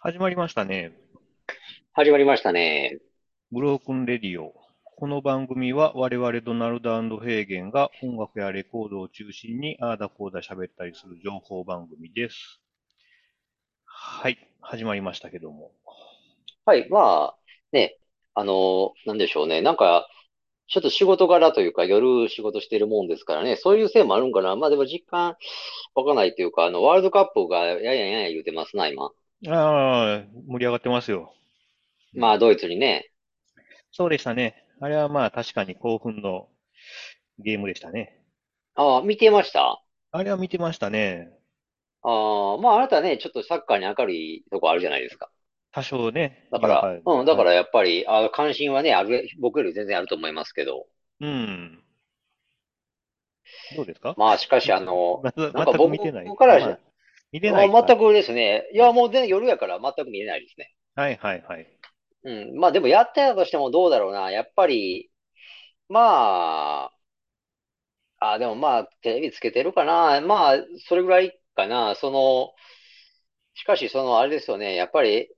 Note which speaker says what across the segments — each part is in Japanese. Speaker 1: 始まりましたね。
Speaker 2: 始まりましたね。
Speaker 1: ブロークンレディオ。この番組は我々ドナルドヘーゲンが音楽やレコードを中心にああだこうだ喋ったりする情報番組です。はい。始まりましたけども。
Speaker 2: はい、まあ、ね、あの、なんでしょうね。なんか、ちょっと仕事柄というか、夜仕事してるもんですからね、そういうせいもあるんかな。まあでも実感湧かないというか、あの、ワールドカップがやややや言うてますな、今。
Speaker 1: ああ、盛り上がってますよ。
Speaker 2: まあ、ドイツにね。
Speaker 1: そうでしたね。あれはまあ確かに興奮のゲームでしたね。
Speaker 2: ああ、見てました
Speaker 1: あれは見てましたね。
Speaker 2: ああ、まああなたね、ちょっとサッカーに明るいとこあるじゃないですか。
Speaker 1: 多少ね。
Speaker 2: だか
Speaker 1: 違
Speaker 2: ら、
Speaker 1: 和感
Speaker 2: うん、だから
Speaker 1: はい
Speaker 2: やっぱり、あ、関心はね、ある、僕より全然あると思いますけど。
Speaker 1: うん。どうですか
Speaker 2: まあ、しかし、あの、
Speaker 1: まず
Speaker 2: なん
Speaker 1: 全
Speaker 2: か
Speaker 1: く
Speaker 2: 僕
Speaker 1: 見てない。
Speaker 2: から
Speaker 1: まあ見て
Speaker 2: あ
Speaker 1: ないか。
Speaker 2: 全くですね、いや、もう全然夜やから全く見れないですね。
Speaker 1: はいはいはい。
Speaker 2: うん、まあでもやってたとしてもどうだろうな。やっぱり、まあ、あ、でもまあテレビつけてるかな。まあ、それぐらいかな。その、しかしそのあれですよね。やっぱり、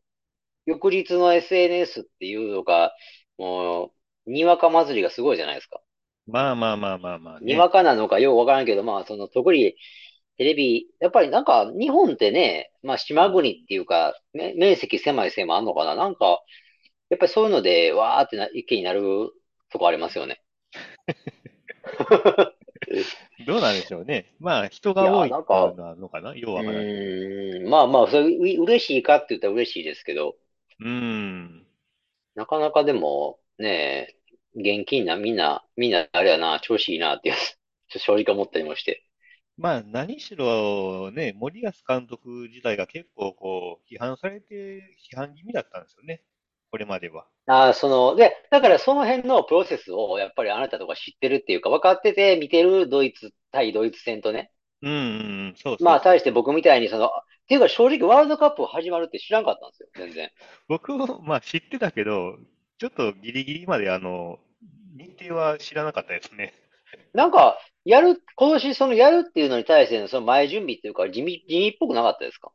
Speaker 2: 翌日の SNS っていうのが、もう、にわか祭りがすごいじゃないですか。
Speaker 1: まあまあまあまあまあ
Speaker 2: に
Speaker 1: ね。
Speaker 2: わかなのかようわからんけど、まあその特にテレビ、やっぱりなんか日本ってね、まあ島国っていうか、め面積狭いせいもあんのかな。なんか、やっぱりそういうので、わーってな、一気になるとこありますよね。
Speaker 1: どうなんでしょうね。まあ人が多いっていうのはあるのかなよう
Speaker 2: う
Speaker 1: わからない。
Speaker 2: ーん、まあまあ、それ、う、嬉しいかって言ったら嬉しいですけど、
Speaker 1: うん。
Speaker 2: なかなかでも、ねえ、現金な、みんな、みんな、あれやな、調子いいなってやつ、 ちょ正直思ったりもして。
Speaker 1: まあ何しろね、森保監督自体が結構こう批判されて、批判気味だったんですよね。これまでは。
Speaker 2: ああ、その、で、だからその辺のプロセスを、やっぱりあなたとか知ってるっていうか、分かってて見てるドイツ、対ドイツ戦とね、
Speaker 1: うんうんうん、そうそう
Speaker 2: まあ、対して僕みたいに、その、っていうか正直ワールドカップ始まるって知らんかったんですよ、全然。
Speaker 1: 僕もまあ知ってたけど、ちょっとギリギリまであの、認定は知らなかったですね。
Speaker 2: なんか、やる、今年そのやるっていうのに対してのその前準備っていうか、地味、地味っぽくなかったですか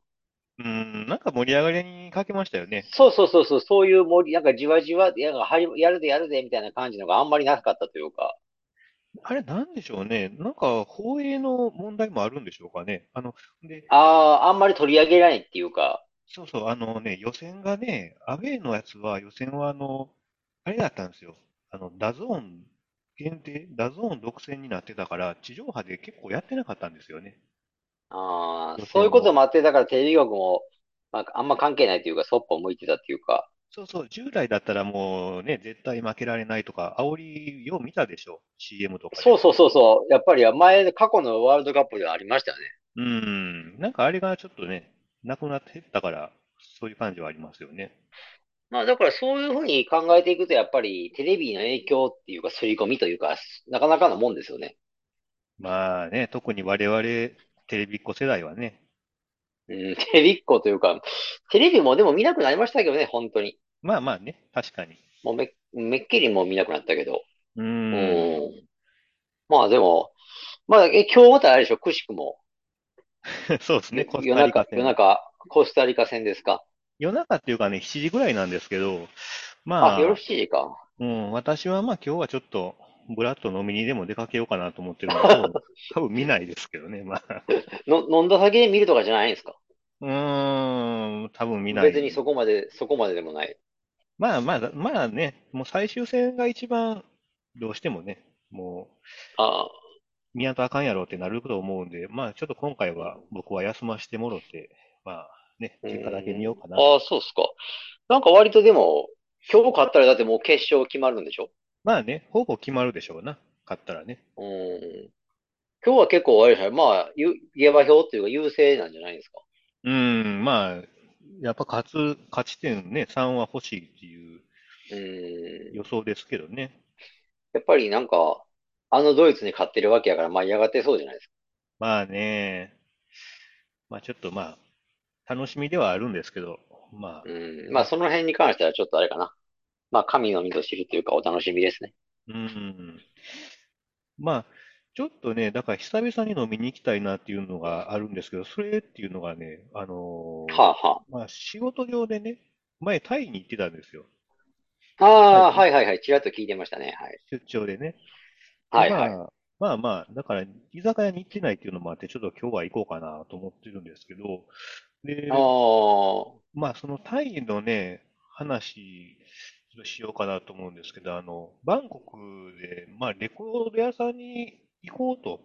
Speaker 1: うん、なんか盛り上がりに欠けましたよね。
Speaker 2: そうそうそうそう、そういう盛り、なんかじわじわ、いや、はりやるでやるでみたいな感じのがあんまりなかったというか。
Speaker 1: あれなんでしょうね。なんか放映の問題もあるんでしょうかね。あの、で、
Speaker 2: ああ、あんまり取り上げられないっていうか。
Speaker 1: そうそう、あのね、予選がね、アウェーのやつは、予選はあの、あれだったんですよ。あの、ダゾーン限定、ダゾーン独占になってたから、地上波で結構やってなかったんですよね。予
Speaker 2: ああ、
Speaker 1: 選
Speaker 2: そういうこと
Speaker 1: も
Speaker 2: もあって、だからテレビ局も、まあ、あんま関係ないというか、そっぽ向いてたっていうか。
Speaker 1: そうそう、従来だったらもうね、絶対負けられないとか、煽りよう見たでしょ、CM とか
Speaker 2: そう
Speaker 1: で。
Speaker 2: そうそうそう、やっぱり前、過去のワールドカップではありましたよね。
Speaker 1: うん、なんかあれがちょっとね、なくなってったから、そういう感じはありますよね。
Speaker 2: まあだからそういうふうに考えていくと、やっぱりテレビの影響っていうか、刷り込みというか、なかなかのもんですよね。
Speaker 1: まあね、特に我々、テレビっ子世代はね、
Speaker 2: うん、テレビっ子というか、テレビもでも見なくなりましたけどね、本当に。
Speaker 1: まあまあね、確かに。
Speaker 2: もうめ、めっきりもう見なくなったけど。
Speaker 1: う。
Speaker 2: うんん。まあでも、まあ、え、今日またあれでしょ、くしくも。
Speaker 1: そうですね、コス
Speaker 2: 夜
Speaker 1: タリカ
Speaker 2: 中、
Speaker 1: 戦。
Speaker 2: 夜中、コスタリカ戦ですか。
Speaker 1: 夜中っていうかね、7時ぐらいなんですけど、ま
Speaker 2: あ、
Speaker 1: あ、
Speaker 2: 夜7時か。
Speaker 1: うん、私はまあ今日はちょっと、ぶらっと飲みにでも出かけようかなと思ってるので、多 分、多分見ないですけどね、まあ。
Speaker 2: の、飲んだ先で見るとかじゃないんですか。
Speaker 1: うーん、多分見ない。
Speaker 2: 別にそこまで、そこまででもない。
Speaker 1: まあまあ、まあね、もう最終戦が一番、どうしてもね、も
Speaker 2: ああ、
Speaker 1: う、見やんとあかんやろってなると思うんで、まあちょっと今回は僕は休ませてもろって、まあね、結果だけ見ようかな。
Speaker 2: ああ、そうっすか。なんか割とでも、今日勝ったらだってもう決勝決まるんでしょ
Speaker 1: まあね、ほぼ決まるでしょうな、勝ったらね。
Speaker 2: うん。今日は結構あれじゃないまあ、ゆ、下馬評っていうか優勢なんじゃないですか。
Speaker 1: うーん、まあ、やっぱ勝つ、勝ち点ね、3は欲しいっていう
Speaker 2: うん。
Speaker 1: 予想ですけどね。
Speaker 2: やっぱりなんか、あのドイツに勝ってるわけやから、まあやがてそうじゃないですか。
Speaker 1: まあね、まあちょっとまあ、楽しみではあるんですけど、まあ、
Speaker 2: うん。まあその辺に関してはちょっとあれかな。まあ神のみぞ知るというかお楽しみですね。
Speaker 1: うん、まあ、ちょっとね、だから久々に飲みに行きたいなっていうのがあるんですけど、それっていうのがね、あのー
Speaker 2: はあ、は
Speaker 1: まあ、仕事上でね、前タイに行ってたんですよ。
Speaker 2: あ。ああ、
Speaker 1: は
Speaker 2: はいいはいはい。ちらっと聞いてましたね。はい。
Speaker 1: 出張でね。で、
Speaker 2: はいはい。
Speaker 1: まあ、まあまあ、だから、居酒屋に行ってないっていうのもあって、ちょっと今日は行こうかなと思ってるんですけど、
Speaker 2: あ
Speaker 1: で、
Speaker 2: あ、
Speaker 1: まあ、そのタイのね、話、ちょっとしようかなと思うんですけど、あの、バンコクで、まあ、レコード屋さんに行こうと、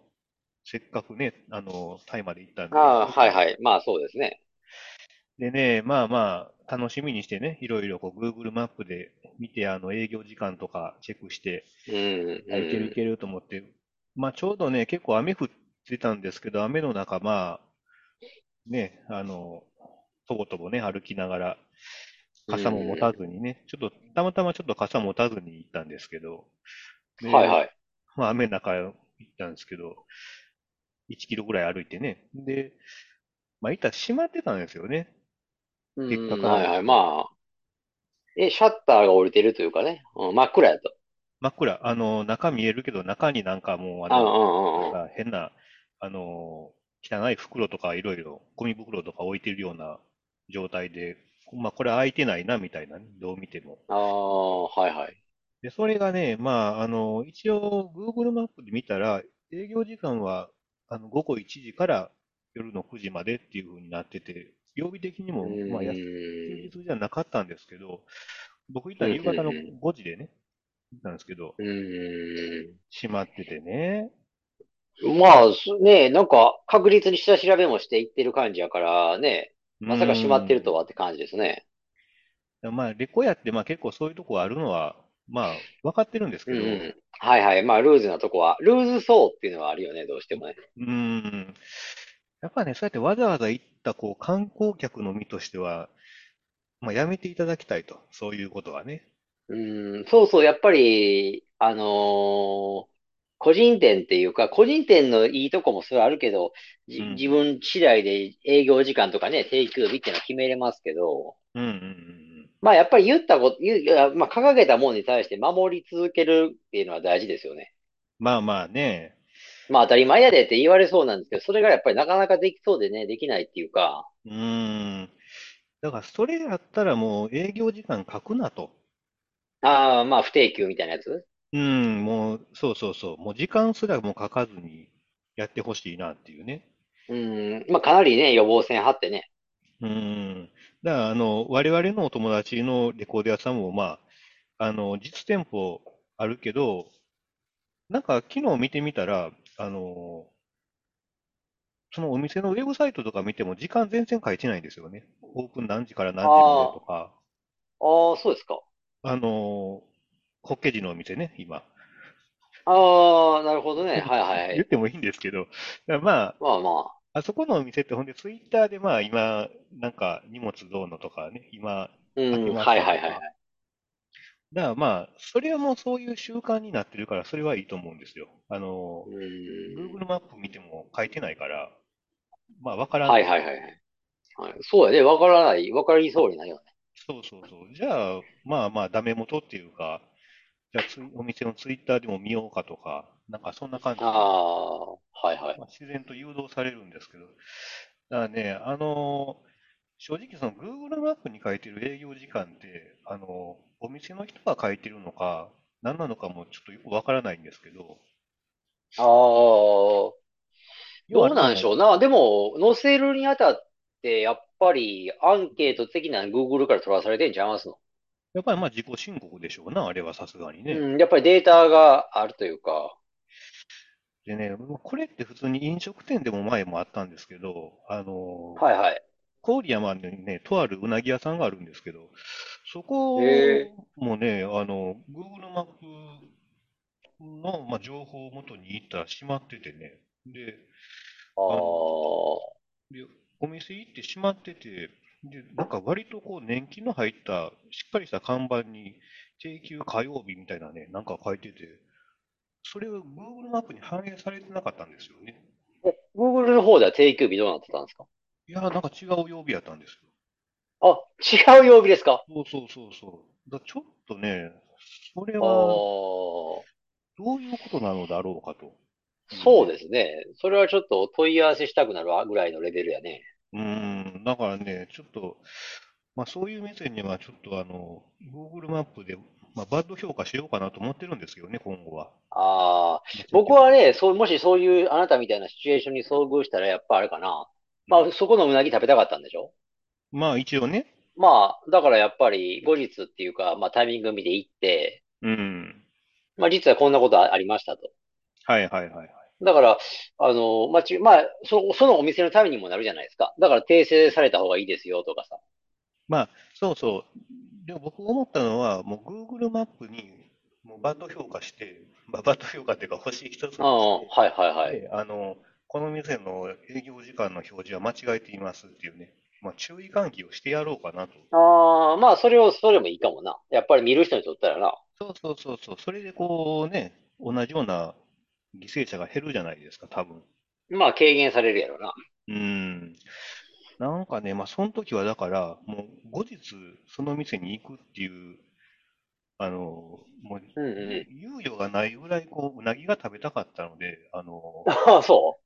Speaker 1: せっかくね、あの、タイまで行ったん
Speaker 2: あ
Speaker 1: で、
Speaker 2: あ、はいはい。まあそうですね。
Speaker 1: でね、まあまあ、楽しみにしてね、いろいろこう Google マップで見て、あの、営業時間とかチェックして、
Speaker 2: うん、
Speaker 1: あ、いけるい
Speaker 2: うん。
Speaker 1: けると思って、まあちょうどね、結構雨降ってたんですけど、雨の中、まあね、あの、とぼとぼね、歩きながら、
Speaker 2: う
Speaker 1: 傘も持たず
Speaker 2: ん。
Speaker 1: にね、ちょっと、たまたまちょっと傘持たずに行ったんですけど、
Speaker 2: はい
Speaker 1: で、
Speaker 2: はい。
Speaker 1: まあ雨の中行ったんですけど、1キロぐらい歩いてね、で、まあ行ったら閉まってたんですよね、
Speaker 2: う
Speaker 1: 結果
Speaker 2: ん、
Speaker 1: から
Speaker 2: はい
Speaker 1: で
Speaker 2: は
Speaker 1: すけ
Speaker 2: い。
Speaker 1: ど。
Speaker 2: まあ、え、シャッターが降りてるというかね。うん、真っ暗やと。
Speaker 1: 真っ暗、あの、中見えるけど、中になんかもう、あ
Speaker 2: あ、うん
Speaker 1: の、
Speaker 2: うん
Speaker 1: なん
Speaker 2: うんうん。
Speaker 1: か変な、あの、汚い袋とかいろいろ、ゴミ袋とか置いてるような状態で、まあ、これ開いてないな、みたいなね、どう見ても。
Speaker 2: ああ、はいはい。
Speaker 1: で、それがね、まあ、あの、一応、Google マップで見たら、営業時間は、あの、午後1時から夜の9時までっていう風になってて、曜日的に
Speaker 2: う
Speaker 1: も、まあ、やす休
Speaker 2: ん、
Speaker 1: 日じゃなかったんですけど、僕行っ
Speaker 2: う
Speaker 1: た
Speaker 2: ん、
Speaker 1: ら
Speaker 2: う
Speaker 1: 夕方の
Speaker 2: ん、
Speaker 1: 5時でね、行ったんですけど、
Speaker 2: うん。う
Speaker 1: 閉まっててね、
Speaker 2: んまあ、すね、なんか、確率に下調べもしていってる感じやから、ね、
Speaker 1: う
Speaker 2: まさか閉まってると
Speaker 1: ん。
Speaker 2: はって感じですね。
Speaker 1: まあ、レコヤって、まあ結構そういうとこあるのは、まあ、分かってるんです
Speaker 2: う
Speaker 1: け
Speaker 2: ん、う
Speaker 1: ど、
Speaker 2: ん。はいはい。まあ、ルーズなとこは、ルーズそうっていうのはあるよね、どうしてもね。
Speaker 1: うーん、やっぱね、そうやってわざわざ行った、こう、観光客の身としては、まあ、やめていただきたいと、そういうことはね。
Speaker 2: うん、そうそう、やっぱり、あのー個人店っていうか、個人店のいいとこもそれあるけど、
Speaker 1: う
Speaker 2: じ、自
Speaker 1: ん、
Speaker 2: 分次第で営業時間とかね、定休日っていうのは決めれますけど、
Speaker 1: うん、うん、うんうん
Speaker 2: まあやっぱり言ったこと、言う、いやまあ掲げたものに対して守り続けるっていうのは大事ですよね。
Speaker 1: まあまあね、
Speaker 2: まあ当たり前やでって言われそうなんですけど、それがやっぱりなかなかできそうでね、できないっていうか、
Speaker 1: うーん、だからそれやったらもう営業時間書くなと。
Speaker 2: ああ、まあ不定休みたいなやつ。
Speaker 1: うん、もう、そうそうそう、もう時間すらもう書かずにやってほしいなっていうね。
Speaker 2: うん、まあかなりね、予防線張ってね。
Speaker 1: うん。だから、あの、我々のお友達のレコード屋さんも、まあ、あの、実店舗あるけど、なんか、昨日見てみたら、あの、そのお店のウェブサイトとか見ても、時間全然書いてないんですよね。オープン何時から何時まで
Speaker 2: あ
Speaker 1: とか、
Speaker 2: あ、ああ、そうですか。
Speaker 1: あの、ホッケジのお店ね、今。
Speaker 2: ああ、なるほどね。はいはいは
Speaker 1: 言っ
Speaker 2: い。
Speaker 1: てもいいんですけど、だからまあ、
Speaker 2: まあまあ。
Speaker 1: あそこのお店ってほんでツイッターでまあ今なんか荷物どうのとかね、今
Speaker 2: う
Speaker 1: 開け
Speaker 2: ん、
Speaker 1: まし
Speaker 2: はい
Speaker 1: た
Speaker 2: は
Speaker 1: と
Speaker 2: いはいは
Speaker 1: か。
Speaker 2: い。
Speaker 1: だからまあ、それはもうそういう習慣になってるから、それはいいと思うんですよ。あの、
Speaker 2: うん。
Speaker 1: Google マップ見ても書いてないから、まあわからん
Speaker 2: は
Speaker 1: と。
Speaker 2: いはいはいはいはい。そうやね。わからない。わかりそうになるよね。
Speaker 1: そうそうそう。じゃあ、まあまあ、ダメ元っていうか、じゃあツイお店のツイッターでも見ようかとか、なんかそんな感
Speaker 2: あ
Speaker 1: じで、
Speaker 2: あ、はいはい。
Speaker 1: まあ、自然と誘導されるんですけど。だからね、あの、正直その Google マップに書いてる営業時間って、あの、お店の人が書いてるのか、何なのかもちょっとよくわからないんですけど、
Speaker 2: ああ、ど
Speaker 1: 要はあ
Speaker 2: う
Speaker 1: れじゃ
Speaker 2: なん
Speaker 1: な
Speaker 2: で
Speaker 1: い
Speaker 2: し
Speaker 1: で
Speaker 2: ょう
Speaker 1: すか。
Speaker 2: な。でも、載せるにあたって、やっぱりアンケート的な Google から取らされてんちゃいますの
Speaker 1: やっぱりまあ自己申告でしょうな、あれはさすがにね。
Speaker 2: うん、やっぱりデータがあるというか。
Speaker 1: でね、まあこれって普通に飲食店でも前もあったんですけど、あの、
Speaker 2: はいはい。
Speaker 1: 郡山にね、とあるうなぎ屋さんがあるんですけど、そ
Speaker 2: へえ。
Speaker 1: こもね、あの、Google マップの、まあ、情報を元に行ったら閉まっててね、で、
Speaker 2: あ
Speaker 1: あの、
Speaker 2: あ。
Speaker 1: で、お店行って閉まってて、で、なんか割とこう年季の入った、しっかりした看板に、定休火曜日みたいなね、なんか書いてて、それが Google マップに反映されてなかったんですよね。
Speaker 2: え Google の方では定休日どうなってたんですか
Speaker 1: いやー、なんか違う曜日やったんですよ。
Speaker 2: あ、違う曜日ですか
Speaker 1: そうそうそうそう。だちょっとね、それ
Speaker 2: ああ
Speaker 1: は
Speaker 2: ー。
Speaker 1: どういうことなのだろうかと。
Speaker 2: そうですね。それはちょっとお問い合わせしたくなるぐらいのレベルやね。
Speaker 1: うーん、だからね、ちょっと、まあ、そういう目線には、ちょっとあの、Google マップで、まあ、バッド評価しようかなと思ってるんですけどね、今後は。
Speaker 2: ああ、僕はね、そう、もしそういうあなたみたいなシチュエーションに遭遇したら、やっぱあれかな。まあ、そこのうなぎ食べたかったんでしょ
Speaker 1: まあ、一応ね、
Speaker 2: まあ、だからやっぱり後日っていうか、まあタイミング見て行って、
Speaker 1: うん、
Speaker 2: まあ実はこんなことあありましたと。
Speaker 1: はいはいはいはい。
Speaker 2: だから、あの、まあ、ちまあ、そ、そのお店のためにもなるじゃないですか。だから訂正された方がいいですよとかさ。
Speaker 1: まあ、そうそう。でも僕思ったのは、もう Google マップに、もうバッド評価して、まあ、バッド評価っていうか、星一つに
Speaker 2: うんうん、
Speaker 1: し
Speaker 2: はいはいは
Speaker 1: て、
Speaker 2: い。
Speaker 1: であの、この店の営業時間の表示は間違えていますっていうね、まあ、注意喚起をしてやろうかなと。
Speaker 2: ああ、まあそれを、それもいいかもな。やっぱり見る人にとったらな。
Speaker 1: そうそうそうそう。それでこうね、同じような犠牲者が減るじゃないですか、多分。
Speaker 2: まあ軽減されるやろな。
Speaker 1: うん。なんかね、まあ、その時はだから、もう後日その店に行くっていう、あの、もう
Speaker 2: うんうん。
Speaker 1: 猶 予がないぐらい、こう、うなぎが食べたかったので、あの、
Speaker 2: ああ、そ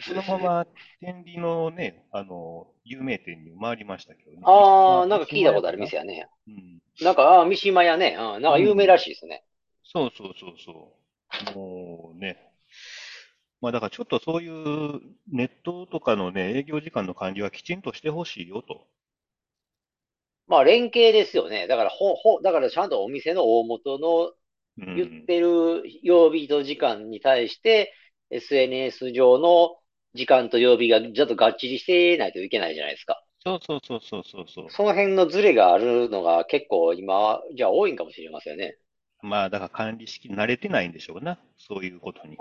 Speaker 1: そのまま、天理のね、あの、有名店に回りましたけどね。
Speaker 2: う。ああ、なんか聞いたことある
Speaker 1: 三島
Speaker 2: 店やね。
Speaker 1: 屋かなうん。
Speaker 2: なんか、ああ、三島屋ね。うん、なんか有名らしいですね。
Speaker 1: そうそうそうそう。もうね。まあだからちょっとそういうネットとかのね、営業時間の管理はきちんとしてほしいよと。
Speaker 2: まあ連携ですよね。だから、ほ、ほ、だからちゃんとお店の大元の
Speaker 1: うん。
Speaker 2: 言ってる曜日と時間に対して、SNS 上の時間と曜日がちょっとがっちりしてないといけないじゃないですか。
Speaker 1: そうそうそうそうそうそう。
Speaker 2: その辺のズレがあるのが結構今、じゃあ多いんかもしれませんね。
Speaker 1: まあだから管理式に慣れてないんでしょうな。そういうことに。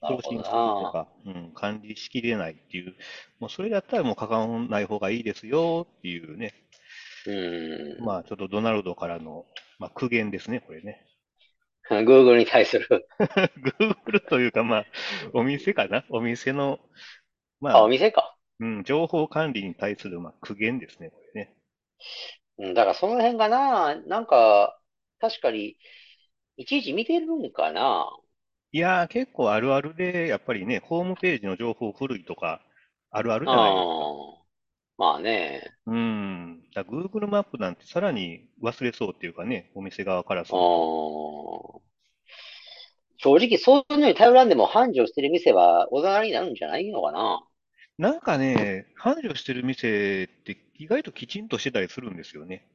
Speaker 2: ああ、
Speaker 1: 更
Speaker 2: なるほ
Speaker 1: 新
Speaker 2: ど
Speaker 1: するとか、うん、管理しきれないっていう。もうそれだったらもう関わらない方がいいですよっていうね。
Speaker 2: うん。
Speaker 1: まあちょっとドナルドからの、まあ、苦言ですね、これね。
Speaker 2: Google に対する。
Speaker 1: Google というかまあ、お店かな。お店の、ま
Speaker 2: あ、お店か。
Speaker 1: うん、情報管理に対する、まあ、苦言ですね、これね。
Speaker 2: うん、だからその辺がな、なんか、確かに、いちいち見てるんかな。
Speaker 1: いやー、結構あるあるで、やっぱりね、ホームページの情報古いとか、あるあるじゃないですか。
Speaker 2: ああ、まあね。
Speaker 1: うん。だから Google マップなんてさらに忘れそうっていうかね、お店側からす
Speaker 2: あ
Speaker 1: る
Speaker 2: あ
Speaker 1: と。
Speaker 2: 正直、そういうのに頼らんでも繁盛してる店はおざなりになるんじゃないのかな。
Speaker 1: なんかね、繁盛してる店って意外ときちんとしてたりするんですよね。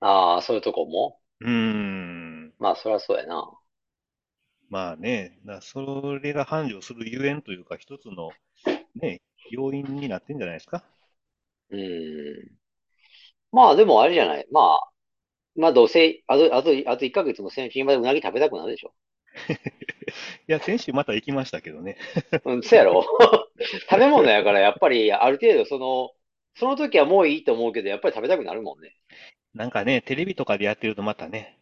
Speaker 2: ああ、そういうとこも。
Speaker 1: うん。
Speaker 2: まあ、そりゃそうやな。
Speaker 1: まあね、だからそれが繁盛するゆえんというか、一つの、ね、要因になってんじゃないですか。
Speaker 2: うん。まあ、でもあれじゃない。まあ、まあ、どうせ、あと、あと、あと1ヶ月も先週までうなぎ食べたくなるでしょ。
Speaker 1: いや、先週また行きましたけどね。
Speaker 2: うん、そうやろ。 食べ物やから、やっぱり、ある程度、その、その時はもういいと思うけど、やっぱり食べたくなるもんね。
Speaker 1: なんかね、テレビとかでやってるとまたね、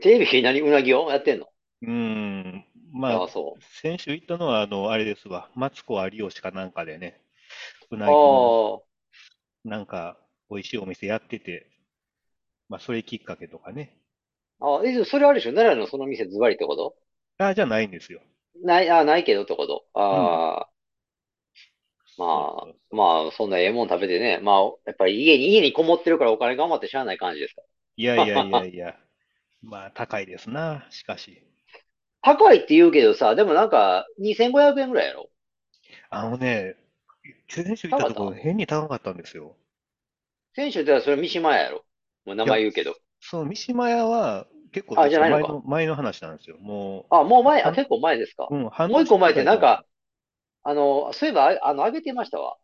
Speaker 2: テレビに何うなぎをやってんの
Speaker 1: うーん、ま
Speaker 2: あ
Speaker 1: あ、
Speaker 2: あ、そう。
Speaker 1: 先週行ったのは、あの、あれですわ、マツコ有吉かなんかでね、うなぎの
Speaker 2: ああ。
Speaker 1: なんか、美味しいお店やってて、まあ、それきっかけとかね。
Speaker 2: あ、え、でもそれあるでしょ奈良のその店ズバリってこと
Speaker 1: ああ、じゃないんですよ。
Speaker 2: ない、あ、ないけどってことああ、ま
Speaker 1: そうそう
Speaker 2: あ、まあ、そんなええもん食べてね。まあ、やっぱり家に、家にこもってるからお金頑張ってしゃあない感じですか。
Speaker 1: いやいやいやいや、 まあ、高いですな、しかし。
Speaker 2: 高いって言うけどさ、でもなんか、2500円ぐらいやろ
Speaker 1: あのね、先週行ったとこ
Speaker 2: 高かった
Speaker 1: 変に高かったんですよ。
Speaker 2: 選手って言ったらそれ三島屋やろもう名前言うけど。
Speaker 1: その三島屋は、結構
Speaker 2: あじゃないの
Speaker 1: 前
Speaker 2: か
Speaker 1: の、前の話なんですよ。も
Speaker 2: あ、もう前、
Speaker 1: あ
Speaker 2: あ、結構前ですか。
Speaker 1: う、うん、半
Speaker 2: もう一個前ってな
Speaker 1: 年
Speaker 2: ん
Speaker 1: くらい前
Speaker 2: か、あの、そういえば、ああの、あげてましたわ。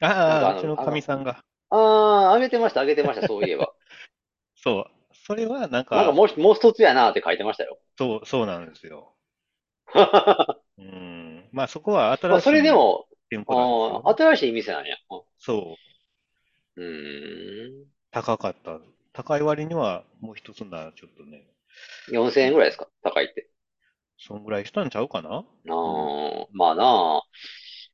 Speaker 1: あ
Speaker 2: なんかあ
Speaker 1: あ、
Speaker 2: の
Speaker 1: うちのかみさんが。
Speaker 2: ああ、あげてました、あげてました、そういえば。
Speaker 1: そう。それ はなん
Speaker 2: なんか
Speaker 1: か、
Speaker 2: もう、もう一つやなって書いてまし たよ。
Speaker 1: そう、そうなんですよ。
Speaker 2: ま
Speaker 1: うん。まあそこは
Speaker 2: あ、
Speaker 1: 新
Speaker 2: それ
Speaker 1: し
Speaker 2: で
Speaker 1: い
Speaker 2: も、
Speaker 1: 店舗なん
Speaker 2: あ
Speaker 1: です
Speaker 2: あ、
Speaker 1: よ。
Speaker 2: 新しい店なんや。う
Speaker 1: そう。
Speaker 2: ーん。
Speaker 1: 高かった。高い割にはもう一つならちょっとね、
Speaker 2: 4000円ぐらいですか高いって。
Speaker 1: そんぐらいしたんちゃうかな
Speaker 2: ああ、まあなあ。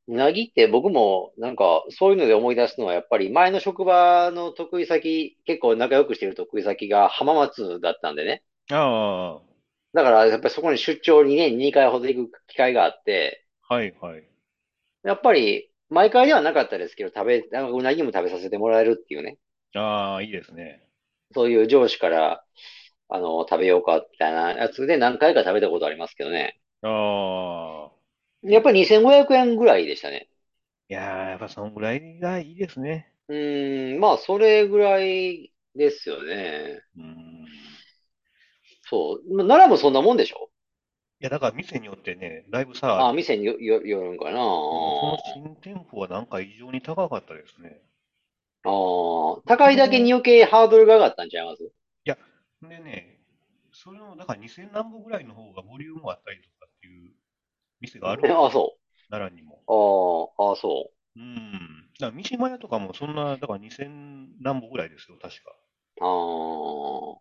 Speaker 2: うなぎって僕もなんかそういうので思い出すのはやっぱり前の職場の得意先、結構仲良くしてる得意先が浜松だったんでね。
Speaker 1: ああ、
Speaker 2: だから、やっぱりそこに出張に年2回ほど行く機会があって、
Speaker 1: はいはい。
Speaker 2: やっぱり、毎回ではなかったですけど、食べ、なんかうなぎも食べさせてもらえるっていうね。
Speaker 1: ああ、いいですね。
Speaker 2: そういう上司から、あの、食べようか、みたいなやつで何回か食べたことありますけどね。
Speaker 1: ああ。
Speaker 2: やっぱり2500円ぐらいでしたね。
Speaker 1: いやー、やっぱそのぐらいがいいですね。
Speaker 2: うーん、まあ、それぐらいですよね。
Speaker 1: うん。
Speaker 2: そう。まあ奈良もそんなもんでしょ
Speaker 1: いや、だから店によってね、だいぶ差あっ
Speaker 2: ああ、
Speaker 1: て、
Speaker 2: 店によ、よよるんかな。
Speaker 1: その新店舗はなんか異常に高かったですね。
Speaker 2: ああ、高いだけに余計ハードルが上がったんちゃいます
Speaker 1: でね、それの、だから2000何本ぐらいの方がボリュームあったりとかっていう店があるんです
Speaker 2: ああ、そ
Speaker 1: 奈良にも。
Speaker 2: う。ああ、ああ、そ
Speaker 1: うん。だから三島屋とかもそんな、だから2000何本ぐらいですよ、確か。
Speaker 2: う。あ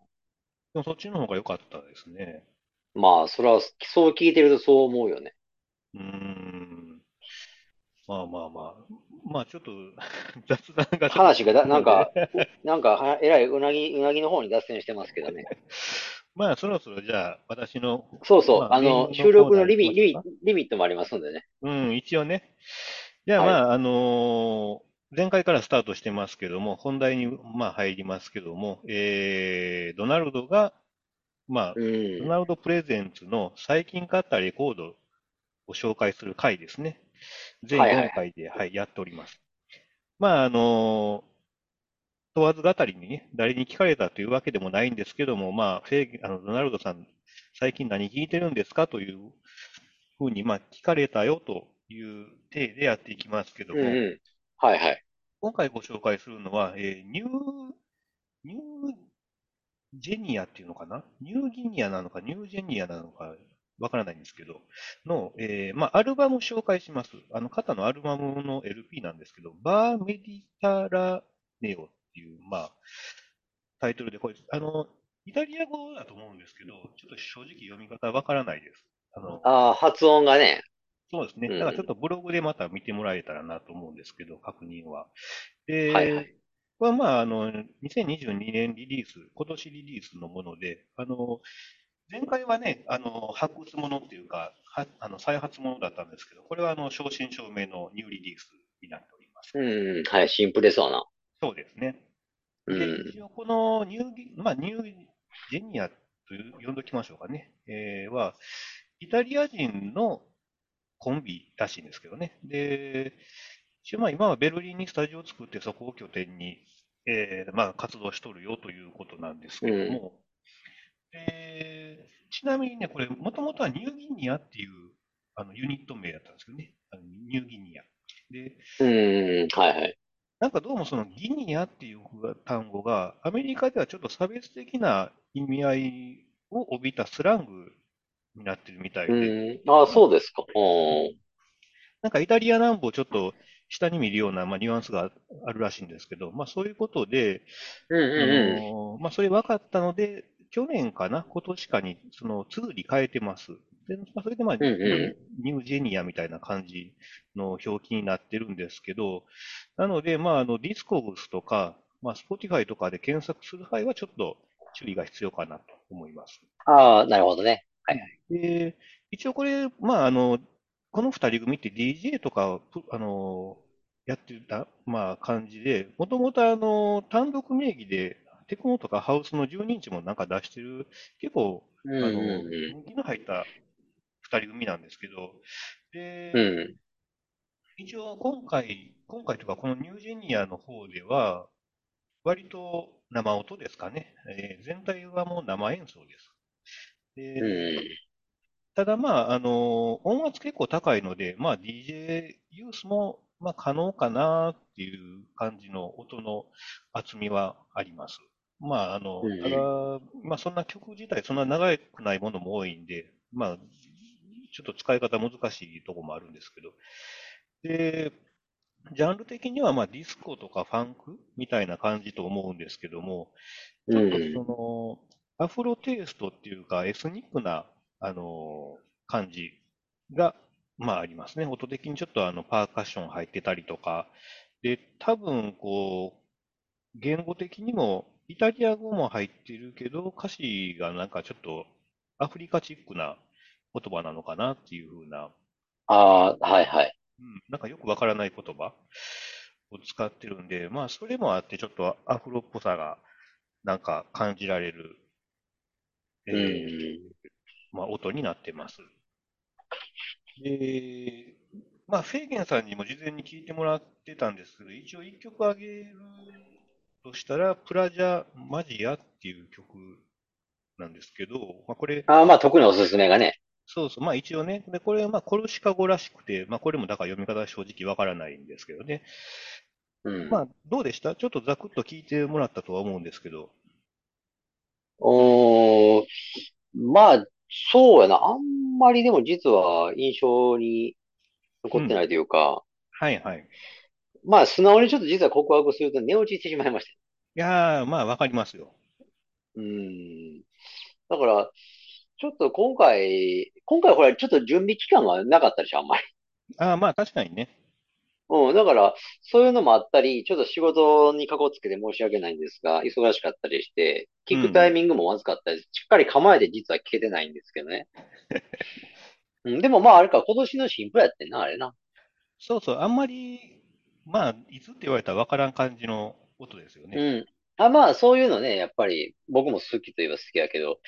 Speaker 1: でもそっちの方が良かったですね。
Speaker 2: あ、まあ、それは、そう聞いてるとそう思うよね。
Speaker 1: うーん。まあまあまあ。まあちょっと 雑談がちょっと
Speaker 2: 話がだ、なんか、 なんか、はえらい、うなぎ、うなぎの方に脱線してますけどね。
Speaker 1: まあそろそろじゃあ私の、
Speaker 2: そうそう、
Speaker 1: まあ
Speaker 2: あの、
Speaker 1: メインの
Speaker 2: 収録のリミ、
Speaker 1: コーナー
Speaker 2: リ
Speaker 1: いき
Speaker 2: ミ
Speaker 1: ます、
Speaker 2: リミットもありますんでね。
Speaker 1: うん、一応ね。じゃあ
Speaker 2: はい
Speaker 1: まあ、あのー前回からスタートしてますけども、本題にまあ入りますけども、えー、ドナルドが、まあ
Speaker 2: う、
Speaker 1: ド
Speaker 2: ん。
Speaker 1: ナルドプレゼンツの最近買ったレコードを紹介する回ですね。全
Speaker 2: はいはい
Speaker 1: 4回で、はい、やっております。まあ、あの、問わず語りにね、誰に聞かれたというわけでもないんですけども、まあ、フェーゲあの、ドナルドさん、最近何聞いてるんですかというふうに、まあ、聞かれたよという体でやっていきますけど
Speaker 2: うん
Speaker 1: も、
Speaker 2: うん。はいはい。
Speaker 1: 今回ご紹介するのは、えーニュー、ニュージェニアっていうのかなニューギニアなのか、ニュージェニアなのか、わからないんですけど、の、えーまあ、アルバムを紹介します。あの、方のアルバムの LP なんですけど、バーメディタラネオっていう、まあ、タイトルで、これ、あの、イタリア語だと思うんですけど、ちょっと正直読み方わからないです。あの、
Speaker 2: ああ、発音がね。
Speaker 1: そうですね。
Speaker 2: うん
Speaker 1: だからちょっとブログでまた見てもらえたらなと思うんですけど、確認は。で、
Speaker 2: はいはい
Speaker 1: これはまあ、あの、2022年リリース、今年リリースのもので、あの、前回はね、あの、発掘ものっていうか、はあの再発ものだったんですけど、これはあの、正真正銘のニューリリースになっております。
Speaker 2: うん、はい、シンプルそうな。
Speaker 1: そうですね。
Speaker 2: う
Speaker 1: で、
Speaker 2: ん。
Speaker 1: 一応このニューギ、まあ、ニュージェニアという呼んどきましょうかね、えーは、イタリア人のコンビらしいんですけどね。で、一応まあ今はベルリンにスタジオを作ってそこを拠点に、えーまあ活動しとるよということなんですけども、でちなみにね、これ、もともとはニューギニアっていうあのユニット名だったんですけどね、あのニューギニア。で、
Speaker 2: うん、はいはい。
Speaker 1: なんかどうもそのギニアっていう単語がアメリカではちょっと差別的な意味合いを帯びたスラングになってるみたいで、
Speaker 2: うん。ああ、そうですか。うん。
Speaker 1: なんかイタリア南部をちょっと下に見るような、まあ、ニュアンスがあるらしいんですけど、まあそういうことで、
Speaker 2: うん
Speaker 1: あ
Speaker 2: うんうん。
Speaker 1: のーまあそれ分かったので、去年かな、今年かにその綴り変えてます。で、まあ、それでまあ、
Speaker 2: んう
Speaker 1: ニュージェニアみたいな感じの表記になってるんですけど、なので、まあ、あの、ディスコグスとか、まあ、スポティファイとかで検索する際はちょっと注意が必要かなと思います。
Speaker 2: ああ、なるほどね。
Speaker 1: で、一応これ、まあ、あの、この二人組って DJ とか、ぷあの、やってた、まあ、感じで、もともとあの、単独名義で、テクノとかハウスの12インチもなんか出してる、結構、
Speaker 2: うん
Speaker 1: あの、
Speaker 2: う
Speaker 1: 人気の入った二人組なんですけど、で
Speaker 2: んうん。、うん。
Speaker 1: 一応今回、今回というかこのニュージェニアの方では、割と生音ですかね。えー全体はもう生演奏です。で、
Speaker 2: うん。
Speaker 1: ただまあ、あの、音圧結構高いので、まあ DJ ユースも、まあ可能かなっていう感じの音の厚みはあります。まああの
Speaker 2: うんう、ん
Speaker 1: ただ、まあそんな曲自体そんな長くないものも多いんで、まあ、ちょっと使い方難しいとこもあるんですけど。で、ジャンル的にはまあディスコとかファンクみたいな感じと思うんですけども、ちょっと
Speaker 2: うん
Speaker 1: その、アフロテイストっていうか、エスニックな、あのー感じが、まあありますね。音的にちょっとあの、パーカッション入ってたりとか、で、多分こう、言語的にも、イタリア語も入ってるけど、歌詞がなんかちょっと、アフリカチックな言葉なのかなっていうふうな、
Speaker 2: ああ、はいはい。
Speaker 1: うん、なんかよくわからない言葉を使ってるんで、まあ、それもあって、ちょっとアフロっぽさが、なんか感じられる、え
Speaker 2: う
Speaker 1: ー
Speaker 2: ん。
Speaker 1: まあ、音になってます。で、まあ、フェーゲンさんにも事前に聞いてもらってたんですけど、一応一曲あげるとしたら、プラジャ・マジアっていう曲なんですけど、まあ、これ、
Speaker 2: ああ、まあ特におすすめがね。
Speaker 1: そうそう、まあ一応ね、で、これ、まあコルシカ語らしくて、まあこれもだから読み方は正直わからないんですけどね。
Speaker 2: う
Speaker 1: ま
Speaker 2: ん。
Speaker 1: あどうでしたちょっとざくっと聞いてもらったとは思うんですけど。
Speaker 2: おー、まあ、そうやな。あんまりでも実は印象に残
Speaker 1: う
Speaker 2: っ
Speaker 1: ん。
Speaker 2: てないというか、
Speaker 1: はいはい。
Speaker 2: まあ素直にちょっと実は告白すると寝落ちしてしまいました。
Speaker 1: いやー、まあわかりますよ。
Speaker 2: うん。だから、ちょっと今回、今回ほら、ちょっと準備期間がなかったでしょ、あんまり。
Speaker 1: ああ、まあ確かにね。
Speaker 2: うん、だから、そういうのもあったり、ちょっと仕事にかこつけて申し訳ないんですが、忙しかったりして、
Speaker 1: う
Speaker 2: 聞くタイ
Speaker 1: ん。
Speaker 2: ミングもわずかったり、しっかり構えて実は聞けてないんですけどね。うん、でもまあ、あれか、今年の新婦やってんな、あれな。
Speaker 1: そうそう、あんまり、まあ、いつって言われたらわからん感じの音ですよね。
Speaker 2: うん。あ、まあ、そういうのね、やっぱり、僕も好きといえば好きやけど、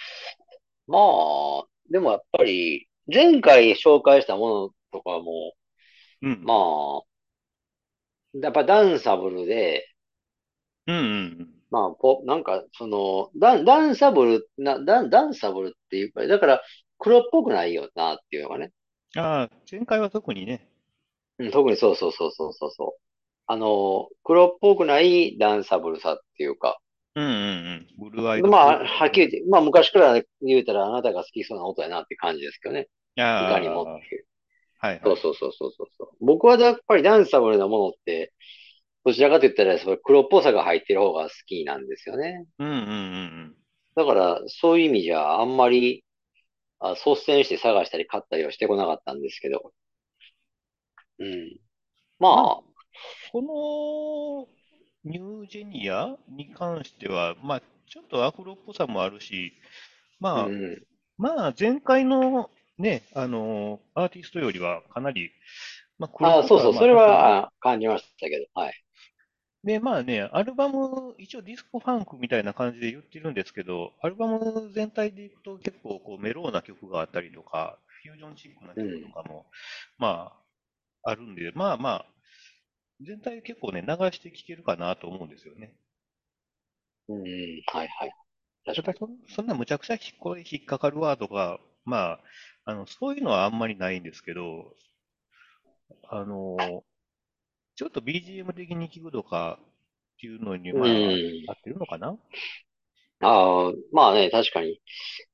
Speaker 2: まあ、でもやっぱり、前回紹介したものとかも、
Speaker 1: うん。
Speaker 2: まあ、やっぱダンサブルで、
Speaker 1: うんうんうん。
Speaker 2: まあ、ぽ、なんか、その、ダン、ダンサブル、な、ダン、ダンサブルっていうか、だから、黒っぽくないよな、っていうのがね。
Speaker 1: ああ、前回は特にね。
Speaker 2: うん、特にそうそうそうそうそうそう。あの、黒っぽくないダンサブルさっていうか。
Speaker 1: うんうんうん。ブルーアイ
Speaker 2: ま
Speaker 1: ドピ
Speaker 2: あ、
Speaker 1: ース
Speaker 2: はっき
Speaker 1: ね。
Speaker 2: り言って、まあ、昔から言うたら、あなたが好きそうな音やなって感じですけどね。いかにもっ
Speaker 1: あ
Speaker 2: ていう。
Speaker 1: あ、はい
Speaker 2: そ
Speaker 1: は
Speaker 2: う
Speaker 1: い。
Speaker 2: そうそうそうそうそう。僕はやっぱりダンサブルなものって、どちらかと言ったら、その黒っぽさが入ってる方が好きなんですよね。
Speaker 1: うんうんうんうん。
Speaker 2: だから、そういう意味じゃ、あんまり、あ、率先して探したり買ったりはしてこなかったんですけど。うん。
Speaker 1: まあ、
Speaker 2: まあ、
Speaker 1: このニュージェニアに関しては、まあ、ちょっとアフロっぽさもあるし、
Speaker 2: う
Speaker 1: まあ、
Speaker 2: ん、うん
Speaker 1: まあ、前回のね、あのアーティストよりはかなり、まあ、黒っ
Speaker 2: あ、
Speaker 1: ぽ
Speaker 2: そう
Speaker 1: さはまあ
Speaker 2: そう、そ
Speaker 1: 多
Speaker 2: れ
Speaker 1: 少ね。
Speaker 2: はあ感じましたけど、はい。
Speaker 1: で、まあね、アルバム、一応ディスコファンクみたいな感じで言ってるんですけど、アルバム全体でいくと結構こうメローな曲があったりとか、フュージョンチックな
Speaker 2: う
Speaker 1: 曲と
Speaker 2: ん、
Speaker 1: かも、まあ、あるんで、まあまあ、全体結構ね、流して聴けるかなと思うんですよね。
Speaker 2: うん、はい、はい、
Speaker 1: た
Speaker 2: 確か
Speaker 1: だそん、そんなむちゃくちゃ引っこ引っかかるワードが、まあ、あの、そういうのはあんまりないんですけど、あの、ちょっと BGM 的に聞くとかっていうのに、
Speaker 2: に。
Speaker 1: ま
Speaker 2: う
Speaker 1: あ、合
Speaker 2: ん。
Speaker 1: ってるのかな
Speaker 2: ああ、まあね、確かに。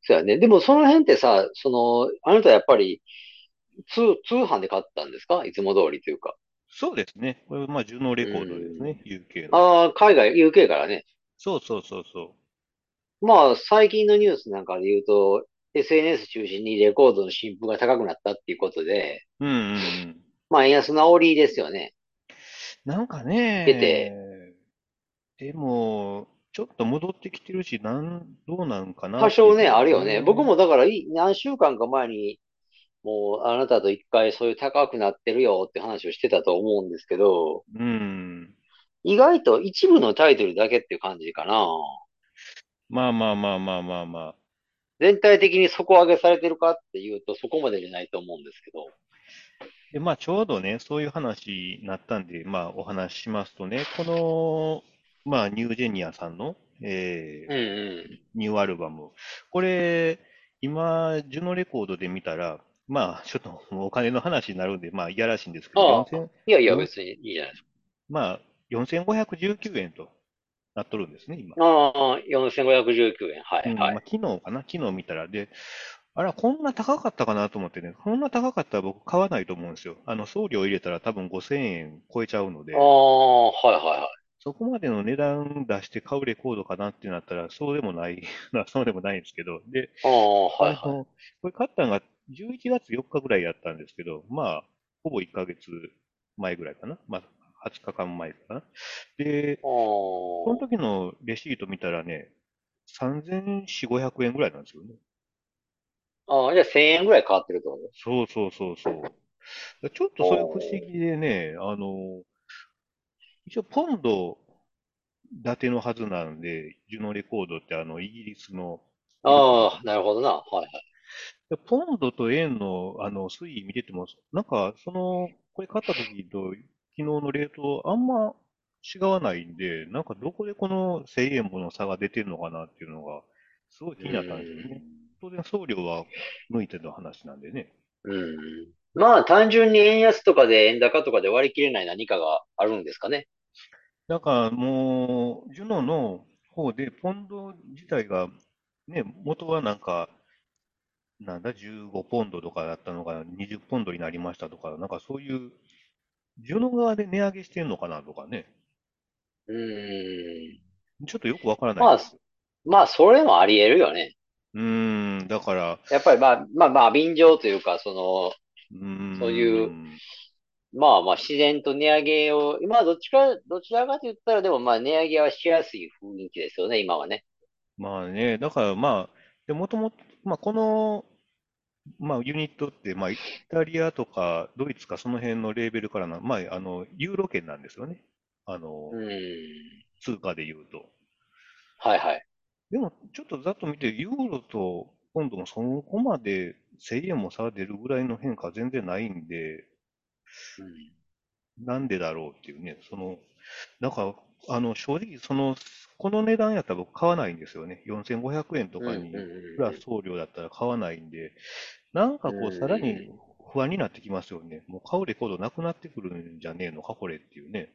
Speaker 2: そうやね。でも、その辺ってさ、その、あなたやっぱり、通、通販で買ったんですかいつも通りというか。
Speaker 1: そうですね。これ、まあ、ジュノレ
Speaker 2: う
Speaker 1: コードですね。
Speaker 2: ん。
Speaker 1: UK の。
Speaker 2: ああ、海外、UK からね。
Speaker 1: そうそうそうそう。
Speaker 2: まあ、最近のニュースなんかで言うと、SNS 中心にレコードの新譜が高くなったっていうことで、
Speaker 1: うんうんうん。
Speaker 2: まあ、円安の折ですよね。
Speaker 1: なんか
Speaker 2: 出て、
Speaker 1: ね、でも、ちょっと戻ってきてるし、なん、どうなんかな
Speaker 2: 多
Speaker 1: っていう
Speaker 2: 少
Speaker 1: と
Speaker 2: ね、
Speaker 1: こ
Speaker 2: あ
Speaker 1: ろ
Speaker 2: るよね。僕
Speaker 1: ね。
Speaker 2: もだからい、何週間か前に、もう、あなたと一回そういう高くなってるよって話をしてたと思うんですけど、
Speaker 1: うん。
Speaker 2: 意外と一部のタイトルだけっていう感じかな。
Speaker 1: まあまあまあまあまあまあ。
Speaker 2: 全体的に底上げされてるかっていうと、そこまでじゃないと思うんですけど。
Speaker 1: で、まあ、ちょうどね、そういう話になったんで、まあ、お話ししますとね、この、まあ、ニュージェニアさんの、え
Speaker 2: うんう
Speaker 1: ーニューアルバム。これ、今、ジュノレコードで見たら、まあ、ちょっともうお金の話になるんで、まあ、いやらしいんですけ
Speaker 2: ん。
Speaker 1: ど、
Speaker 2: ああ、
Speaker 1: 4000、
Speaker 2: いやいや、
Speaker 1: 4
Speaker 2: 別にいいじゃないです
Speaker 1: まあ、4519円となっとるんですね、今。
Speaker 2: か。ああ、4519円。は
Speaker 1: う
Speaker 2: い、は
Speaker 1: ん、ま
Speaker 2: い。
Speaker 1: あ、昨日かな、昨日見たら、で、あら、こんな高かったかなと思ってね、こんな高かったら僕買わないと思うんですよ。あの、送料入れたら多分5000円超えちゃうの
Speaker 2: あ
Speaker 1: で、
Speaker 2: あ、はいはいはい。
Speaker 1: そこまでの値段出して買うレコードかなってなったら、そうでもない、な そうでもないんですけど、で、
Speaker 2: ああ、はい
Speaker 1: あ
Speaker 2: はい。
Speaker 1: の、これ買ったのが11月4日ぐらいやったんですけど、まあ、ほぼ1ヶ月前ぐらいかな。まあ、20日間前かな。で、
Speaker 2: あ
Speaker 1: その
Speaker 2: あ、
Speaker 1: 時のレシート見たらね、3400、500円ぐらいなんですよね。
Speaker 2: ああ、じゃあ1000円ぐらい変わってるってこと
Speaker 1: そうそうそうそう。ちょっとそれ不思議でね、あの、一応ポンド建てのはずなんで、ジュノレコードってあの、イギリスの、
Speaker 2: ああ、なるほどな。はいはい。
Speaker 1: ポンドと円の、あの推移見てても、なんか、その、これ買った時と昨日のレート、あんま違わないんで、なんかどこでこの1000円もの差が出てるのかなっていうのが、すごい気になったんですよね。当然送料は抜いての話なんでね。
Speaker 2: うん。うんまあ、単純に円安とかで円高とかで割り切れない何かがあるんですかね。
Speaker 1: だからもう、ジュノの方で、ポンド自体が、ね、元はなんか、なんだ、15ポンドとかだったのが20ポンドになりましたとか、なんかそういう、ジュノ側で値上げしてんのかなとかね、
Speaker 2: うーん。
Speaker 1: ちょっとよくわからない
Speaker 2: まあ、
Speaker 1: です。
Speaker 2: すまあ、それもあり得るよね。
Speaker 1: うーん、だから、
Speaker 2: やっぱりまあ、まあまあ、便乗というか、その、
Speaker 1: うーん、
Speaker 2: そういうまあまあ自然と値上げを、今どっちか、どちらかと言ったらでもまあ値上げはしやすい雰囲気ですよね、今はね。
Speaker 1: まあね、だからまあ、で、もともと、まあこの、まあユニットって、まあイタリアとかドイツかその辺のレーベルからな、まああの、ユーロ圏なんですよね。あの
Speaker 2: う、ん。
Speaker 1: 通貨で言うと。
Speaker 2: はいはい。
Speaker 1: でも、ちょっとざっと見て、ユーロとポンドもそこまで1000円も差が出るぐらいの変化全然ないんで、
Speaker 2: うん
Speaker 1: なんでだろうっていうね、その、なんか、あの、正直、その、この値段やったら僕買わないんですよね。4500円とか
Speaker 2: うん
Speaker 1: に、
Speaker 2: うん
Speaker 1: プラス送料だったら買わないんで、なんかこ
Speaker 2: う
Speaker 1: う、
Speaker 2: ん
Speaker 1: さらに不安になってきますよね。もう買うレコードなくなってくるんじゃねえのか、これっていうね。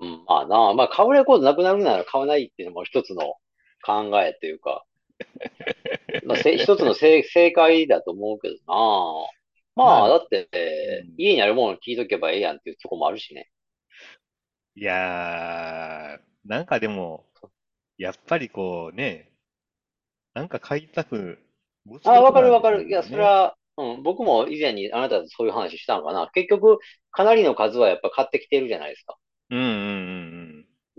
Speaker 2: うんうん。まあなあ、まあ買うレコードなくなるなら買わないっていうのも一つの考えとい うか、まあせ一つの正、正解だと思うけどなあ。ま
Speaker 1: まあ
Speaker 2: あだって
Speaker 1: うん、
Speaker 2: 家にあるものを聞いとけばええやんっていうとこもあるしね。
Speaker 1: いやー、なんかでも、やっぱりこうね、なんか買いたく、物
Speaker 2: あ、わ
Speaker 1: 欲
Speaker 2: かる
Speaker 1: な
Speaker 2: わ
Speaker 1: んで
Speaker 2: か
Speaker 1: すよ
Speaker 2: る。いや、それ
Speaker 1: ね。
Speaker 2: は、うん、僕も以前にあなたとそういう話したのかな。結局、かなりの数はやっぱ買ってきてるじゃないですか。
Speaker 1: うんうんう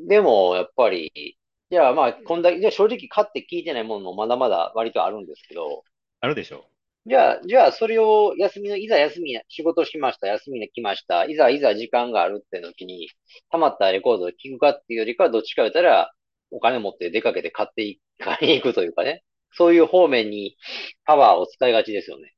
Speaker 1: ん
Speaker 2: でも、やっぱり、じゃあまあ、こんだけ、じゃあ正直買って聞いてないものもまだまだ割とあるんですけど、
Speaker 1: あるでしょ。
Speaker 2: じゃあ、じゃあそれを休みの、いざ休み、仕事しました、休みに来ました、いざいざ時間があるって時に、溜まったレコードを聞くかっていうよりかは、どっちか言ったら、お金持って出かけて買ってい、買いに行くというかね。そういう方面にパワーを使いがちですよね。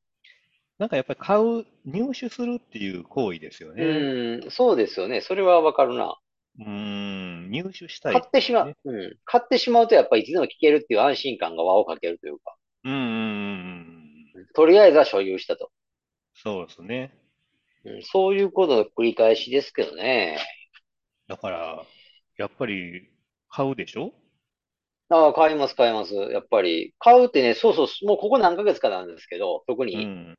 Speaker 1: なんかやっぱり買う、入手するっていう行為ですよね。
Speaker 2: うん、そうですよね。それはわかるな。
Speaker 1: うーん、入手したい
Speaker 2: 買ってしまう
Speaker 1: ね。
Speaker 2: うん。買ってしまうと、やっぱいつでも聞けるっていう安心感が輪をかけるというか、
Speaker 1: うんうんうんうん。
Speaker 2: とりあえずは所有したと。
Speaker 1: そうですね。
Speaker 2: うん、そういうことの繰り返しですけどね。
Speaker 1: だから、やっぱり買うでしょ
Speaker 2: ああ、買います、買います。やっぱり。買うってね、そうそう、もうここ何ヶ月かなんですけど、特
Speaker 1: う
Speaker 2: に。
Speaker 1: ん。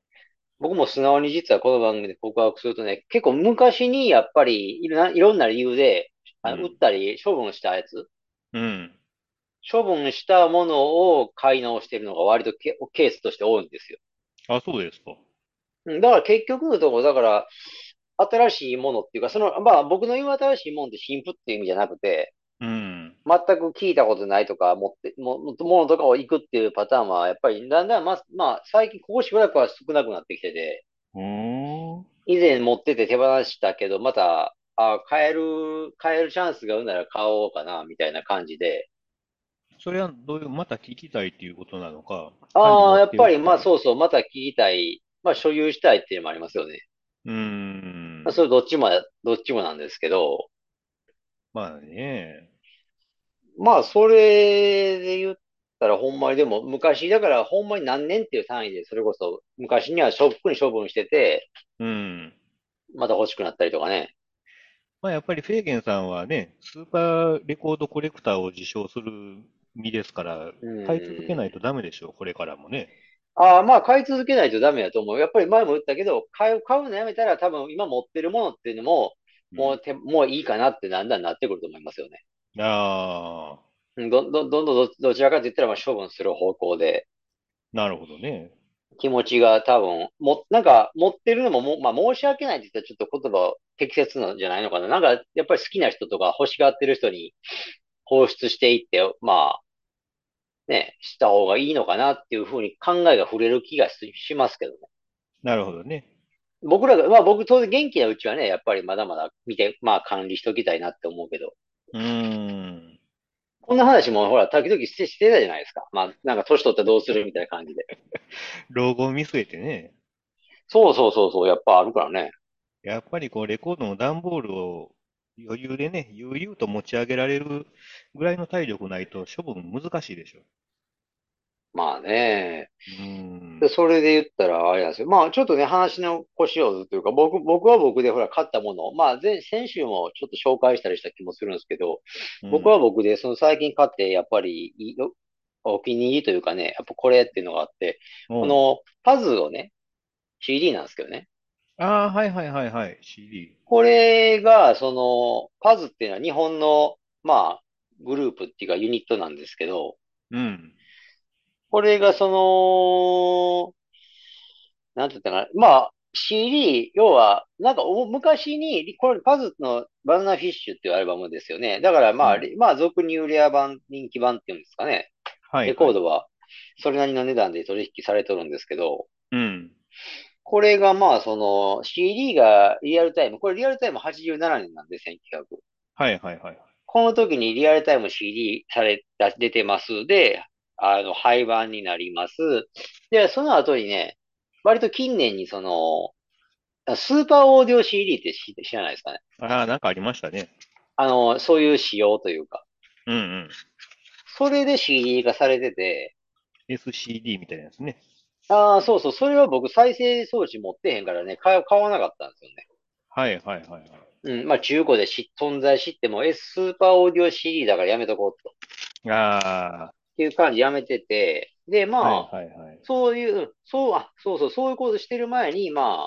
Speaker 2: 僕も素直に実はこの番組で告白するとね、結構昔にやっぱりいろな、いろんな理由で、あ
Speaker 1: う
Speaker 2: の、
Speaker 1: ん
Speaker 2: 売ったり処分したやつ、
Speaker 1: うん。
Speaker 2: 処分したものを買い直してるのが割とケケースとして多いんですよ。
Speaker 1: あ、そうですか。
Speaker 2: うんだから結局のところ、だから、新しいものっていうか、その、まあ僕の言う新しいものって新譜っていう意味じゃなくて、
Speaker 1: うん。
Speaker 2: 全く聞いたことないとか、持って、も、もものとかを行くっていうパターンは、やっぱりだんだん、まあ、まあ最近ここしばらくは少なくなってきてて、
Speaker 1: うーん。
Speaker 2: 以前持ってて手放したけど、また、あ、買える、買えるチャンスがあるなら買おうかな、みたいな感じで。
Speaker 1: それはどういう、また聞きたいっていうことなのか、
Speaker 2: ああ、やっぱり、まあ
Speaker 1: う。
Speaker 2: そうそう、また聞きたい、まあ所有したいっていうのもありますよね。
Speaker 1: うーん
Speaker 2: まあ。それどっちも、どっちもなんですけど、
Speaker 1: まあね。
Speaker 2: まあ、それで言ったら、ほんまにでも、昔、だから、ほんまに何年っていう単位で、それこそ、昔にはショックに処分してて、
Speaker 1: うん。
Speaker 2: また欲しくなったりとかね。
Speaker 1: まあやっぱりフェーゲンさんはね、スーパーレコードコレクターを自称する身ですから、
Speaker 2: うん
Speaker 1: 買い続けないとダメでしょう、これからもね。
Speaker 2: ああ、まあ、買い続けないとダメだと思う。やっぱり前も言ったけど、買う、買うのやめたら、多分今持ってるものっていうのも、もう手、もういいかなってだんだんなってくると思いますよね。
Speaker 1: うんああ、
Speaker 2: うんどんどんどんどんどどちらかと言ったら、まあ、処分する方向で、
Speaker 1: なるほどね。
Speaker 2: 気持ちが多分、も、なんか、持ってるのもも、まあ、申し訳ないって言ったらちょっと言葉適切なんじゃないのかな。なんか、やっぱり好きな人とか欲しがってる人に放出していって、まあ、ね、した方がいいのかなっていうふうに考えが触れる気がししますけどね。
Speaker 1: なるほどね。
Speaker 2: 僕らが、まあ僕当然元気なうちはね、やっぱりまだまだ見て、まあ管理しておきたいなって思うけど、
Speaker 1: うーん。
Speaker 2: こんな話もほら、時々して、してたじゃないですか。まあなんか年取ったらどうするみたいな感じで。
Speaker 1: 老後を見据えてね。
Speaker 2: そうそうそうそう、やっぱあるからね。
Speaker 1: やっぱりこうレコードの段ボールを余裕でね、悠々と持ち上げられるぐらいの体力ないと処分難しいでしょ。
Speaker 2: まあね。
Speaker 1: うーん。
Speaker 2: で、それで言ったら、あれなんですよ。まあ、ちょっとね、話の腰を折るというか、僕、僕は僕で、ほら、買ったもの、まあ、前、先週もちょっと紹介したりした気もするんですけど、
Speaker 1: うん
Speaker 2: 僕は僕で、その最近買って、やっぱりいいよ、お気に入りというかね、やっぱこれっていうのがあって、
Speaker 1: おう
Speaker 2: このパズをね、CD なんですけどね。
Speaker 1: ああ、はいはいはいはい。CD。
Speaker 2: これが、その、パズっていうのは日本の、まあ、グループっていうかユニットなんですけど、
Speaker 1: うん。
Speaker 2: これがその、なんて言ったかな、まあ、CD、要は、なんかお昔に、これパズのバナナフィッシュっていうアルバムですよね。だからまあ、
Speaker 1: うん
Speaker 2: れまあ、俗に言うレア版、人気版っていうんですかね。
Speaker 1: はい
Speaker 2: レコー
Speaker 1: ド。
Speaker 2: ドは、それなりの値段で取引されとるんですけど、
Speaker 1: うん。
Speaker 2: これがまあ、その CD がリアルタイム、これリアルタイム87年なんで、1900。
Speaker 1: はいはいはい。
Speaker 2: この時にリアルタイム CD された、出てます。で、あの、廃盤になります。で、その後にね、割と近年にその、スーパーオーディオ CD って知知らないですかね。
Speaker 1: ああ、なんかありましたね。
Speaker 2: あの、そういう仕様というか。
Speaker 1: うんうん。
Speaker 2: それで CD 化されてて、
Speaker 1: SCD みたいなやつね。
Speaker 2: ああ、そうそう、それは僕再生装置持ってへんからね、買買わなかったんですよね。
Speaker 1: はいはいはいはい。
Speaker 2: うん、まあ中古で知存在知っても、え、スーパーオーディオ CD だからやめとこうと。っ
Speaker 1: あ
Speaker 2: ていう感じやめてて、で、
Speaker 1: あ、
Speaker 2: まあ、
Speaker 1: はいはいはい。
Speaker 2: そういう、うんそう、あ、そうそう、そういうことしてる前に、ま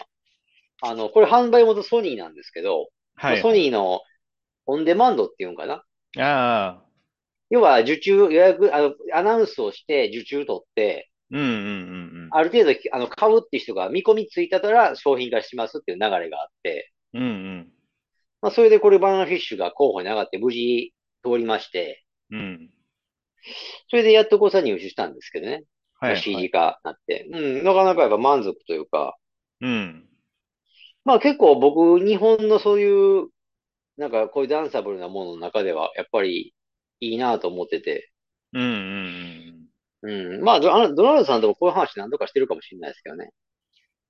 Speaker 2: あ、あの、これ販売元ソニーなんですけど、まあ
Speaker 1: はい
Speaker 2: ソ
Speaker 1: はい。
Speaker 2: ニーのオンデマンドっていうんかな。
Speaker 1: ああ、
Speaker 2: 要は受注、予約、あの、アナウンスをして受注取って、
Speaker 1: うんうんうん
Speaker 2: ある程度、あの、買うって人が見込みついたから商品化しますっていう流れがあって、
Speaker 1: うん。うん
Speaker 2: まあ、それでこれバナナフィッシュが候補に上がって無事通りまして、
Speaker 1: うん。うん。
Speaker 2: それでやっと誤差入手したんですけどね。
Speaker 1: はいはい。
Speaker 2: CD 化になって。うん、なかなかやっぱ満足というか、
Speaker 1: うん。
Speaker 2: まあ結構僕、日本のそういう、なんかこういうダンサブルなものの中では、やっぱりいいなと思ってて。
Speaker 1: うんうんうん。
Speaker 2: うん。まあド、あのドナルドさんともこういう話何度かしてるかもしれないですけどね。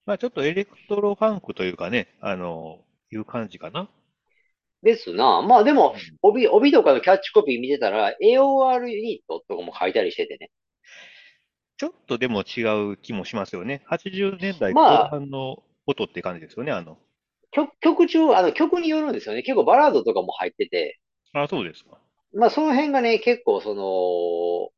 Speaker 1: まあちょっとエレクトロファンクというかね、あの、いう感じかな。
Speaker 2: ですな。まあでも、帯、帯とかのキャッチコピー見てたら、AOR ユニットとかも書いたりしててね。
Speaker 1: ちょっとでも違う気もしますよね。80年代後
Speaker 2: まあ
Speaker 1: 半の音って感じですよね、あの。
Speaker 2: 曲、曲中、あの曲によるんですよね。結構バラードとかも入ってて。
Speaker 1: あ、そうですか。
Speaker 2: まあその辺がね、結構その、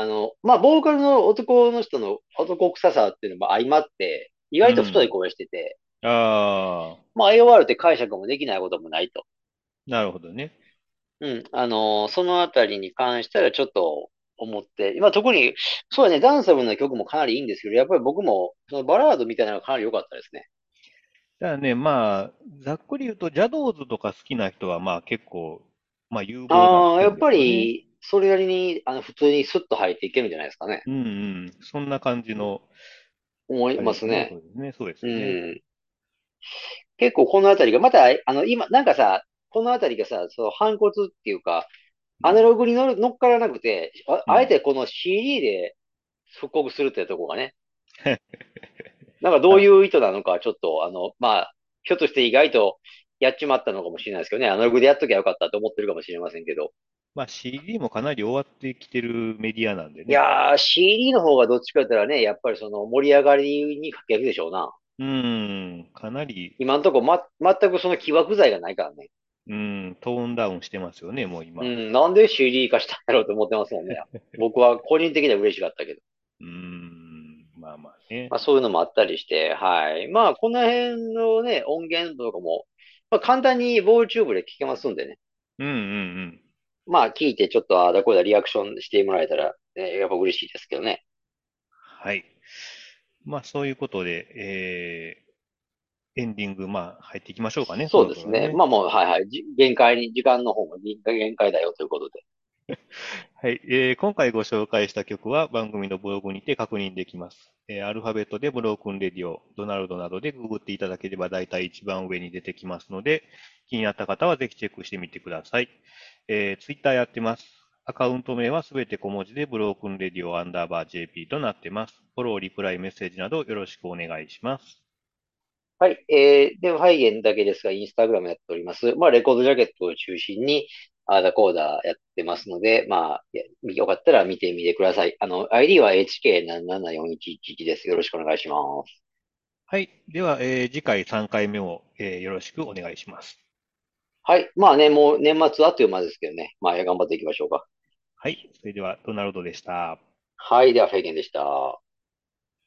Speaker 2: あの、まあボーカルの男の人の男臭さっていうのも相まって、意外と太い声してて、
Speaker 1: ああ、
Speaker 2: まあ、AOR って解釈もできないこともないと。
Speaker 1: なるほどね。
Speaker 2: うん。あのーそのあたりに関してはちょっと思って、今特に、そうだね、ダンサブルな曲もかなりいいんですけど、やっぱり僕も、そのバラードみたいなのがかなり良かったですね。
Speaker 1: だからね、まあ、ざっくり言うと、ジャドーズとか好きな人は、まあ結構、まあ有望
Speaker 2: ああ、
Speaker 1: な人
Speaker 2: やっ
Speaker 1: ですよ
Speaker 2: ぱ
Speaker 1: ね。
Speaker 2: り、それなりに、あの、普通にスッと入っていけるんじゃないですかね。
Speaker 1: うんうん、そんな感じの、
Speaker 2: 思
Speaker 1: あ
Speaker 2: い
Speaker 1: れ
Speaker 2: ま
Speaker 1: です
Speaker 2: すね。
Speaker 1: そうですね、そうです
Speaker 2: う
Speaker 1: ね。
Speaker 2: ん。結構このあたりが、また、あの、今、なんかさ、このあたりがさ、その反骨っていうか、アナログに乗る乗っからなくて、あ、
Speaker 1: うん
Speaker 2: あえてこの CD で復刻するってとこ がね。なんかどういう意図なのか、ちょっと、あの、まあ、ひょっとして意外とやっちまったのかもしれないですけどね、アナログでやっときゃよかったと思ってるかもしれませんけど。
Speaker 1: まあ CD もかなり終わってきてるメディアなんで
Speaker 2: い
Speaker 1: ね。
Speaker 2: やー、CD の方がどっちか言ったらね、やっぱりその盛り上がりにかけるでしょうな。
Speaker 1: うん、かなり、
Speaker 2: 今んとこま、全くその起爆剤がないからね。
Speaker 1: うん、トーンダウンしてますよね、もう今。
Speaker 2: うん、なんで CD 化したんだろうと思ってますもんね。僕は個人的には嬉しかったけど。
Speaker 1: うん、まあまあね
Speaker 2: ま。あそういうのもあったりして、はい。まあこの辺のね、音源とかも、まあ簡単に VoTube で聞けますんでね。
Speaker 1: うんうんうん。
Speaker 2: まあ聞いてちょっとああだこうだリアクションしてもらえたら、ね、やっぱ嬉しいですけどね。
Speaker 1: はい。まあそういうことで、えーエンディング、まあ入っていきましょうかね、
Speaker 2: そうです
Speaker 1: ろろ
Speaker 2: ね。まあもう、はいはい。じ限界に、時間の方も限界だよということで。
Speaker 1: はい、えー今回ご紹介した曲は番組のブログにて確認できます。えーアルファベットでブロークンレディオ、ドナルドなどでググっていただければ大体一番上に出てきますので、気になった方はぜひチェックしてみてください。えー、Twitter やってます。アカウント名はすべて小文字でブロークンレディオアンダーバー JP となってます。フォロー、リプライ、メッセージなどよろしくお願いします。
Speaker 2: はい。えー、でも、ハイゲンだけですが、インスタグラムやっております。まあ、レコードジャケットを中心に、ああだこうだやってますので、まあ、やよかったら見てみてください。あの、ID は HK774111 です。よろしくお願いします。
Speaker 1: はい。では、えー次回3回目も、えーよろしくお願いします。
Speaker 2: はい。まあね、もう年末あっという間ですけどね。まあ、頑張っていきましょうか。
Speaker 1: はい。それでは、ドナルドでした。
Speaker 2: はい。では、フェイゲンでした。